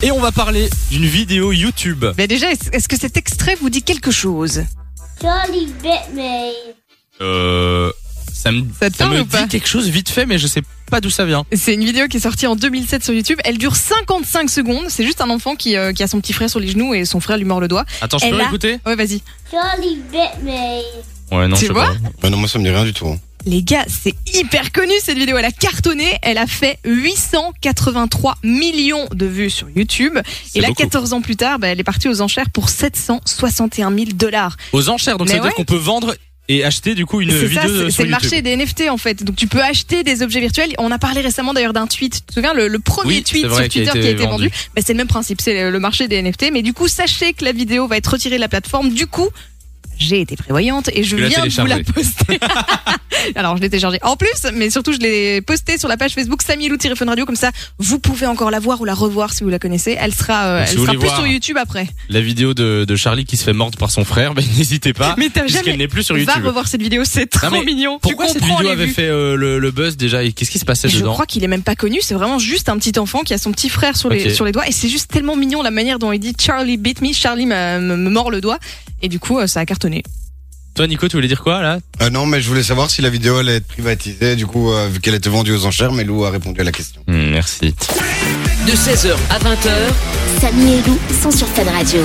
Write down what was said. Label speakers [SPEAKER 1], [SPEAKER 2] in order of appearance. [SPEAKER 1] Et on va parler d'une vidéo YouTube.
[SPEAKER 2] Mais Ben déjà, est-ce est-ce que cet extrait vous dit quelque chose
[SPEAKER 3] Charlie bit me.
[SPEAKER 1] Euh, ça me,
[SPEAKER 2] Ça te
[SPEAKER 1] ça
[SPEAKER 2] parle
[SPEAKER 1] me
[SPEAKER 2] ou pas
[SPEAKER 1] dit quelque chose vite fait, mais je sais pas d'où ça vient.
[SPEAKER 2] C'est une vidéo qui est sortie en 2007 sur YouTube. Elle dure 55 secondes. C'est juste un enfant qui, euh, qui a son petit frère sur les genoux et son frère lui mord le doigt.
[SPEAKER 1] Attends, je peux
[SPEAKER 2] Elle a-
[SPEAKER 1] réécouter
[SPEAKER 2] Ouais, vas-y.
[SPEAKER 3] Charlie bit me.
[SPEAKER 1] Ouais, non,
[SPEAKER 2] Tu
[SPEAKER 1] je sais
[SPEAKER 2] vois
[SPEAKER 1] pas.
[SPEAKER 4] Bah non, moi ça me dit rien du tout. hein.
[SPEAKER 2] Les gars, c'est hyper connu cette vidéo. Elle a cartonné. Elle a fait 883 millions de vues sur YouTube.
[SPEAKER 1] C'est
[SPEAKER 2] Et là,
[SPEAKER 1] beaucoup.
[SPEAKER 2] 14 ans plus tard, bah, elle est partie aux enchères pour 761 000 dollars.
[SPEAKER 1] Aux enchères, donc
[SPEAKER 2] Mais
[SPEAKER 1] ça veut
[SPEAKER 2] ouais.
[SPEAKER 1] dire qu'on peut vendre et acheter du coup une
[SPEAKER 2] C'est ça,
[SPEAKER 1] vidéo
[SPEAKER 2] c'est-
[SPEAKER 1] sur
[SPEAKER 2] c'est
[SPEAKER 1] YouTube.
[SPEAKER 2] le marché des NFT en fait. Donc tu peux acheter des objets virtuels. On a parlé récemment d'ailleurs d'un tweet. Tu te souviens le, le premier
[SPEAKER 1] Oui,
[SPEAKER 2] tweet
[SPEAKER 1] c'est
[SPEAKER 2] sur
[SPEAKER 1] vrai,
[SPEAKER 2] Twitter qui a été, vendu,
[SPEAKER 1] vendu.
[SPEAKER 2] Bah, C'est le même principe, c'est le- le marché des NFT. Mais du coup, sachez que la vidéo va être retirée de la plateforme. Du coup, j'ai été prévoyante et je
[SPEAKER 1] Tu l'as
[SPEAKER 2] viens de vous la
[SPEAKER 1] téléchargée.
[SPEAKER 2] poster. Alors je l'ai téléchargée en plus, mais surtout je l'ai postée sur la page Facebook Samielou-Fun Radio. Comme ça, vous pouvez encore la voir ou la revoir si vous la connaissez. Elle sera, euh,
[SPEAKER 1] Donc, si
[SPEAKER 2] elle
[SPEAKER 1] vous
[SPEAKER 2] sera
[SPEAKER 1] voulez
[SPEAKER 2] plus
[SPEAKER 1] voir.
[SPEAKER 2] sur YouTube après.
[SPEAKER 1] La vidéo de, de Charlie qui se fait mordre par son frère, bah, n'hésitez pas,
[SPEAKER 2] mais t'as
[SPEAKER 1] puisqu'elle
[SPEAKER 2] jamais.
[SPEAKER 1] n'est plus sur
[SPEAKER 2] Va
[SPEAKER 1] YouTube.
[SPEAKER 2] revoir cette vidéo, c'est trop
[SPEAKER 1] mais
[SPEAKER 2] mignon.
[SPEAKER 1] Pourquoi
[SPEAKER 2] tu
[SPEAKER 1] cette
[SPEAKER 2] comprends
[SPEAKER 1] vidéo
[SPEAKER 2] les
[SPEAKER 1] avait
[SPEAKER 2] vues.
[SPEAKER 1] fait euh, le, le buzz déjà et qu'est-ce qui se passait
[SPEAKER 2] Et je
[SPEAKER 1] dedans
[SPEAKER 2] crois qu'il est même pas connu, c'est vraiment juste un petit enfant qui a son petit frère sur les,
[SPEAKER 1] Ok.
[SPEAKER 2] sur les doigts. Et c'est juste tellement mignon la manière dont il dit Charlie beat me, Charlie me, me- me mord le doigt. Et du coup, euh, ça a cartonné.
[SPEAKER 1] Toi Nico, tu voulais dire quoi là
[SPEAKER 4] Ah non, mais je voulais savoir si la vidéo allait être privatisée, du coup, euh, vu qu'elle était vendue aux enchères, mais Lou a répondu à la question.
[SPEAKER 1] Hmm, Merci.
[SPEAKER 5] de 16h à 20h.
[SPEAKER 3] Samy et Lou sont sur Fan Radio.